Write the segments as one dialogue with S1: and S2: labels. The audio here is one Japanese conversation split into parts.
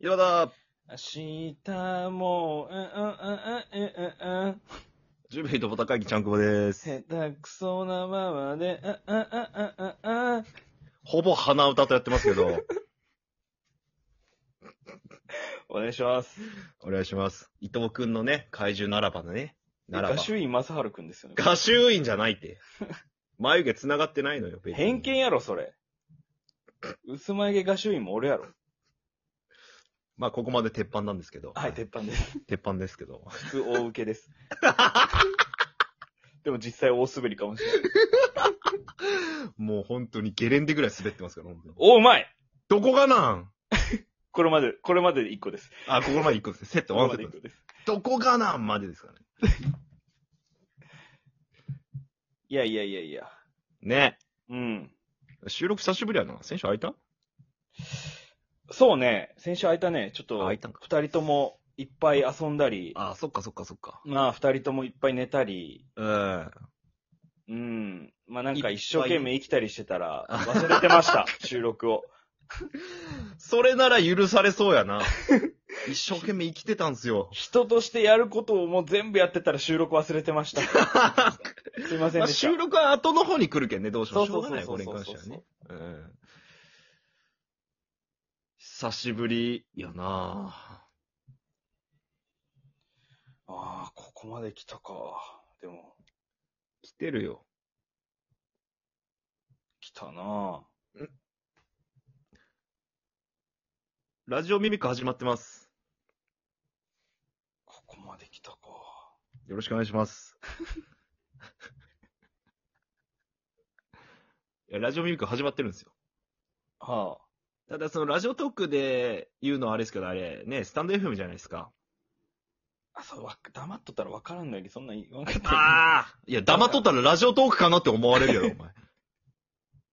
S1: 山田、
S2: 明日も、うんうんうんうんうんうん。
S1: 準備とボタ会議ちゃんこぼ です。
S2: 下手くそなままで、うんうんうんうんうんうん。
S1: ほぼ鼻歌とやってますけど、
S2: お願いします。
S1: お願いします。伊藤くんのね、怪獣ならばのね、ならば
S2: 画。集院正春くんですよね。
S1: 画集院じゃないって。眉毛繋がってないのよ、別に
S2: 偏見やろ、それ。薄眉毛画集院も俺やろ。
S1: まあ、ここまで鉄板なんですけど。
S2: はい、鉄板です。
S1: 鉄板ですけど。
S2: 普通大受けです。 でも実際大滑りかもしれない。
S1: もう本当にゲレンデぐらい滑ってますから、本当に
S2: お、うまい
S1: どこがなん
S2: これまで、これまでで1個です。
S1: あ、ここまで一個ですね。セット、
S2: これ
S1: ワンセ
S2: まで
S1: ッ
S2: 1
S1: ト。
S2: 個です。
S1: どこがなんまでですからね。
S2: いやいやいやいや。
S1: ね。
S2: うん。
S1: 収録久しぶりやな。先週空いた
S2: そうね、先週空いたね、ちょっ
S1: あ
S2: と
S1: 空い、たんか。
S2: 二人ともいっぱい遊んだり、
S1: あ、そっかそっかそっか。
S2: まあ二人ともいっぱい寝たり、
S1: うん。
S2: うん。まあなんか一生懸命生きたりしてたら、
S1: いっぱい
S2: 忘れて ました、収録を。
S1: それなら許されそうや な。一生懸命生きてたんすよ。
S2: 人としてやることをもう全部やってたら収録忘れて ました。すいません
S1: まあ
S2: でした。
S1: 収録は後の方に来るけんね、どうしよ。
S2: そう
S1: しょ
S2: うそうう
S1: が
S2: そ
S1: な
S2: う
S1: い、
S2: そ
S1: こ
S2: う
S1: れに
S2: そう
S1: 関してはね。うん。久しぶりやな
S2: ああ、ここまで来たか。でも、
S1: 来てるよ。
S2: 来たな
S1: ラジオミミク始まってます。
S2: ここまで来たか。
S1: よろしくお願いします。いや、ラジオミミク始まってるんですよ。
S2: はあ。
S1: ただそのラジオトークで言うのはあれですけど、あれ、ね、スタンド FM じゃないですか。
S2: あ、そう、わ黙っとったらわからんのに、そんな言わんかったら
S1: ああいや、黙っとったらラジオトークかなって思われるやろ、お 前。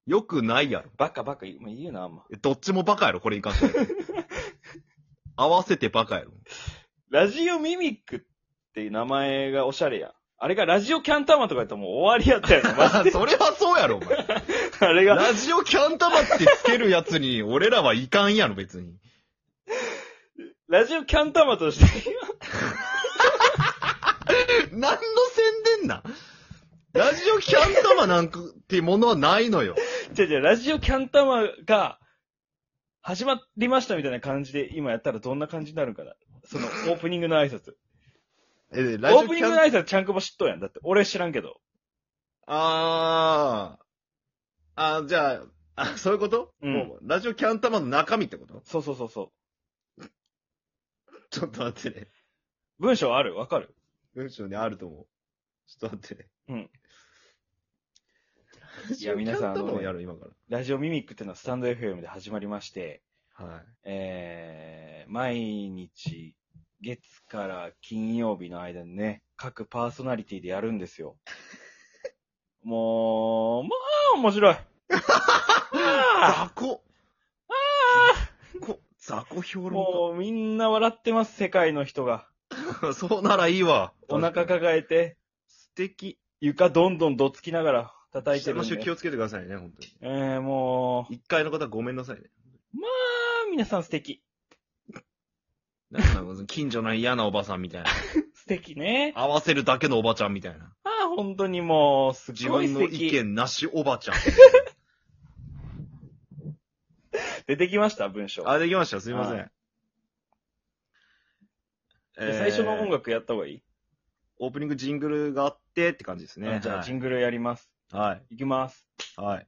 S1: よくないやろ。
S2: バカバカ言うまあ言うな、あんま。
S1: どっちもバカやろ、これに関しては。合わせてバカやろ。
S2: ラジオミミックっていう名前がおしゃれやん。あれがラジオキャンタマとかやったらもう終わりやったやん。マジ
S1: あそれはそうやろ、お前。
S2: であ れが、
S1: ラジオキャンタマってつけるやつに、俺らはいかんやろ、別に。
S2: ラジオキャンタマとして、
S1: 何の宣伝なんラジオキャンタマなんかってものはないのよ。
S2: じゃじゃラジオキャンタマが、始まりましたみたいな感じで今やったらどんな感じになるんかな。その、オープニングの挨拶。
S1: え、ラジ
S2: オ
S1: オ
S2: ープ
S1: キ
S2: ニン
S1: ャ
S2: グ
S1: ン
S2: の挨拶ちゃんこば知っとうやん。だって、俺知らんけど。
S1: あー。あー、じゃあ、あ、そういうこと、
S2: うん
S1: もうラジオキャンタマの中身ってこと
S2: そうそうそうそう。
S1: ちょっと待ってね。
S2: 文章あるわかる
S1: 文章にあると思う。ちょっと待ってね。
S2: うん。
S1: ラジオキャンタマをやる、今か
S2: ラジオミミックっていうのはスタンド FM で始まりまして、
S1: ら。はい。
S2: えー、毎日、月から金曜日の間にね、各パーソナリティでやるんで すよ。もう、まあ、面白い。あ
S1: 雑魚こ雑魚評
S2: あ
S1: 論
S2: もうみんな笑ってます、世界の人が。
S1: 家。 そうならいいわ。
S2: お腹抱えて、
S1: 素敵。
S2: 床どんどんどつきながら叩いて
S1: 下
S2: る
S1: の
S2: ん
S1: 人気
S2: で。
S1: をつけてくださいね、本当に。
S2: えー、もう、
S1: 一階の方ごめんなさいね。
S2: まあ、皆さん素敵。
S1: なんか近所の嫌なおばさんみた いな。
S2: 素敵ね。
S1: 合わせるだけのおばちゃんみたいな。
S2: ああ、本当にもう、す
S1: 自
S2: ごい
S1: 分
S2: 素
S1: の
S2: 敵。
S1: 意見なしおばちゃん。
S2: 出てきました、文章。
S1: あ、できました。すいません。
S2: はいで最初の音
S1: 楽。
S2: 楽やった方がいい、
S1: オープニングジングルがあってって感じですね。
S2: あじゃあ、
S1: はい
S2: ジングルやります。
S1: はい。
S2: いきます。
S1: はい。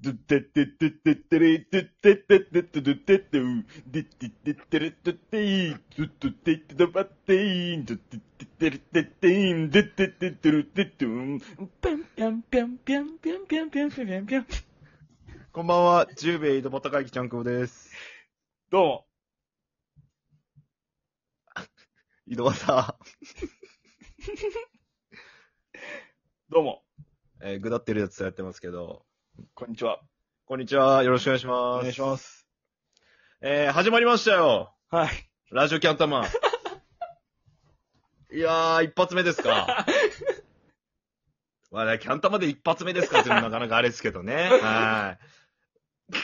S2: ドゥッテッテッテッテッテレイ、ドゥッテッテッテッテドゥッテッテウー、ディッテッテッテレッテッテイ、ドゥッテッテッテドバッテイン、ドゥッテッテッテレッテッテイン、ドゥッテッテッテルテッテウン、ピャンピャンピャンピャンピャンピャンピャンピャンピャンピャン。
S1: こんばんは。十兵衛井戸端会議ちゃんこです。
S2: どうも。
S1: 井戸端。
S2: どうも。
S1: えー、ぐだってるやつやってますけど。
S2: こんにちは。
S1: こんにちは。よろしくお願いし
S2: お
S1: ます。
S2: 願いします。
S1: えー、始まりましたよ。
S2: はい。
S1: ラジオキャンタ マン。いやー、一発目ですか。まあね、キャンタマで一発目ですかっていうのはなかなかあれですけどね。はい。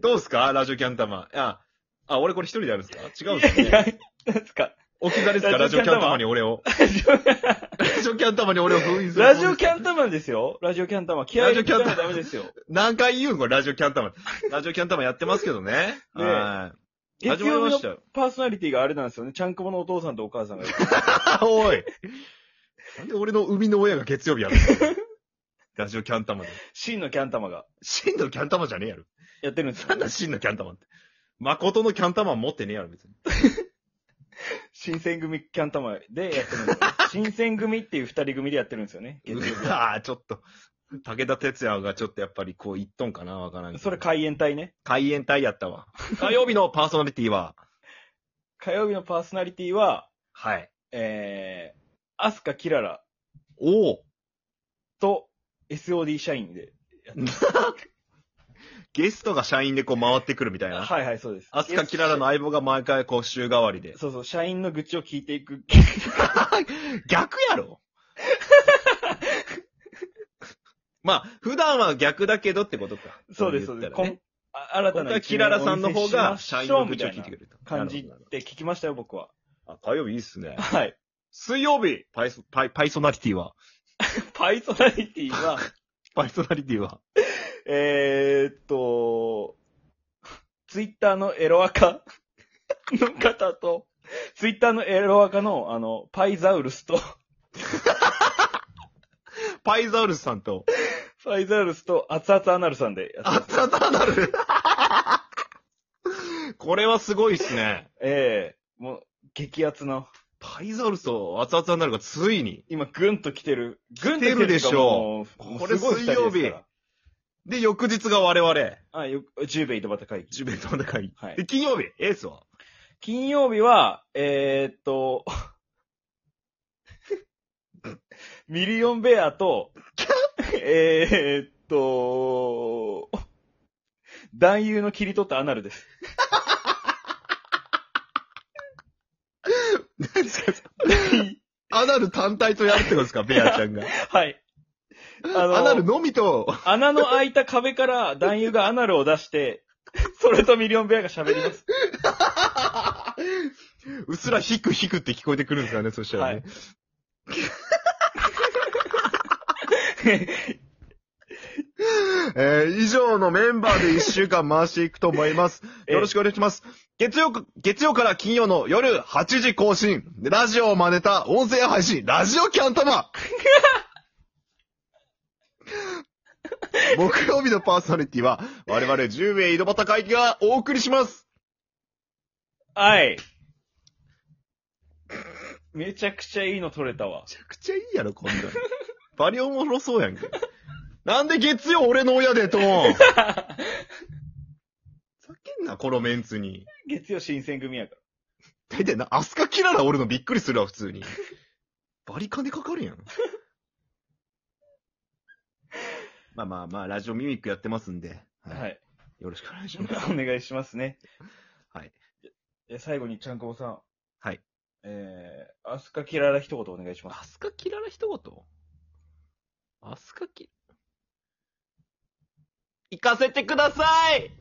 S1: どうすかラジオキャン玉。あ、あ、俺これ一人でやるんですか違うんですか、
S2: い
S1: ね、
S2: や、なんすか。
S1: 置き去りですかラ
S2: ラ
S1: ジ
S2: ジ
S1: オ
S2: オ
S1: キ
S2: キ
S1: ャ
S2: ャ
S1: ン
S2: ン
S1: 玉
S2: 玉
S1: に俺を。ラジオキャン玉に俺を封印する。
S2: ラジオキャン玉ですよラジオキャン玉。気合い入れちゃ
S1: ラジオキャン玉
S2: ダメですよ。
S1: 何回言うんこれラジオキャン玉。ラジオキャン玉やってますけどね。
S2: ねえ
S1: は始
S2: 月曜
S1: まりま
S2: 日
S1: した
S2: の
S1: よ
S2: パーソナリティがあれなんですよね。ちゃんくぼのお父さんとお母さんがいる。
S1: い。 おい。なんで俺の生みの親が月曜日やる のラジオキャン玉で。
S2: 真のキャン玉が
S1: 真のキャン玉じゃねえやろ。
S2: やってるんですよ
S1: なん。だ真のキャン玉って。誠のキャン玉は持ってねえやろ、別に。
S2: 新選組キャン玉でやってるんですよ。 新選組っていう二人組でやってるんですよね。月曜日
S1: うわぁ、ちょっと。武田鉄矢がちょっとやっぱりこう言っとんかなわからんけど。
S2: それ海援隊ね。
S1: 開演隊やったわ。火曜日のパーソナリティは、
S2: 火曜日のパーソナリティは、
S1: はい。
S2: えー、アスカキララ
S1: おお
S2: と SOD 社員でやってる。
S1: ゲストが社員でこう回ってくるみたいな。
S2: はいはい、そうです。
S1: アスカキララの相棒が毎回こう週替わりで。
S2: そうそう、社員の愚痴を聞いて いく。
S1: 逆やろ まあ、普段は逆だけどってことか。
S2: そうです、そうで
S1: 言
S2: す。
S1: った
S2: こ
S1: ら
S2: ん
S1: ね
S2: あ新た
S1: 本当
S2: な
S1: は
S2: 一
S1: キ
S2: 面
S1: ラ
S2: を
S1: ラさんの方
S2: お
S1: が
S2: 見せしま
S1: 社員
S2: しょう
S1: の愚痴を聞いてくれると。
S2: 感じ
S1: なるほどなる
S2: って聞きましたよ、僕は。
S1: ほどあ、火曜日いいっすね。
S2: はい。
S1: 水曜日、パイソ、パイ、パイソナリティは
S2: パイソナリティは、
S1: パイソナリティは
S2: えーっと、ツイッターのエロアカ の方と、ツイッターのエロアカの、あの、パイザウルスと、
S1: パイザウルスさんと、
S2: パイザウルスと、熱々アナルさんでやって
S1: あ
S2: ま
S1: っ
S2: す。
S1: たたなる。 これはすごいっすね。
S2: ええもう、激アツの、
S1: パイザウルスと熱々になるがついに。
S2: 今、ぐんと来てる。ぐんと
S1: 来てるでしょ
S2: うもう
S1: これ
S2: すごい二人ですか
S1: 水曜日
S2: ら
S1: で、翌日が我々、
S2: あ、よ、10ベイドバタ会議。
S1: ジュベントの中に。
S2: はい
S1: で、金曜日、エース は
S2: 金曜日は、えーっと、 ミリオンベアと、えーっと、男優の切り取ったアナルです。
S1: 何ですかアナル単体とやるってことですかベアちゃんが。
S2: はい。あの
S1: アナルのみと、
S2: 穴の開いた壁から男優がアナルを出して、それとミリオンベアが喋ります。
S1: うっすらヒクヒクって聞こえてくるんですかね、そしたらね。えー以上のメンバーで一週間回していくと思います。
S2: ええ
S1: よろしくお願いします。月曜か、月曜から金曜の夜8時更新。ラジオを真似た音声配信、ラジオキャン 玉木曜日のパーソナリティは、我々10名井戸端会議がお送りします。
S2: はい。めちゃくちゃいいの撮れたわ
S1: め。ちゃくちゃいいやろ、こんなん。 バリおもろそうやんけ。なんで月曜俺の親でとん。ふざけんな、このメンツに。
S2: 月曜新選組やか
S1: 大体な、アスカキララ俺のびっくりするわ、普通に。バリカンでかかるやん。まあまあまあ、ラジオミミックやってますんで。
S2: ら。はい。
S1: よろしくお願いします。
S2: お願いしますね。
S1: はい。
S2: え、最後にちゃんこぼさん。
S1: はい。
S2: えー、アスカキララ一言お願いします。
S1: アスカキララ一言アスカキ、行かせてください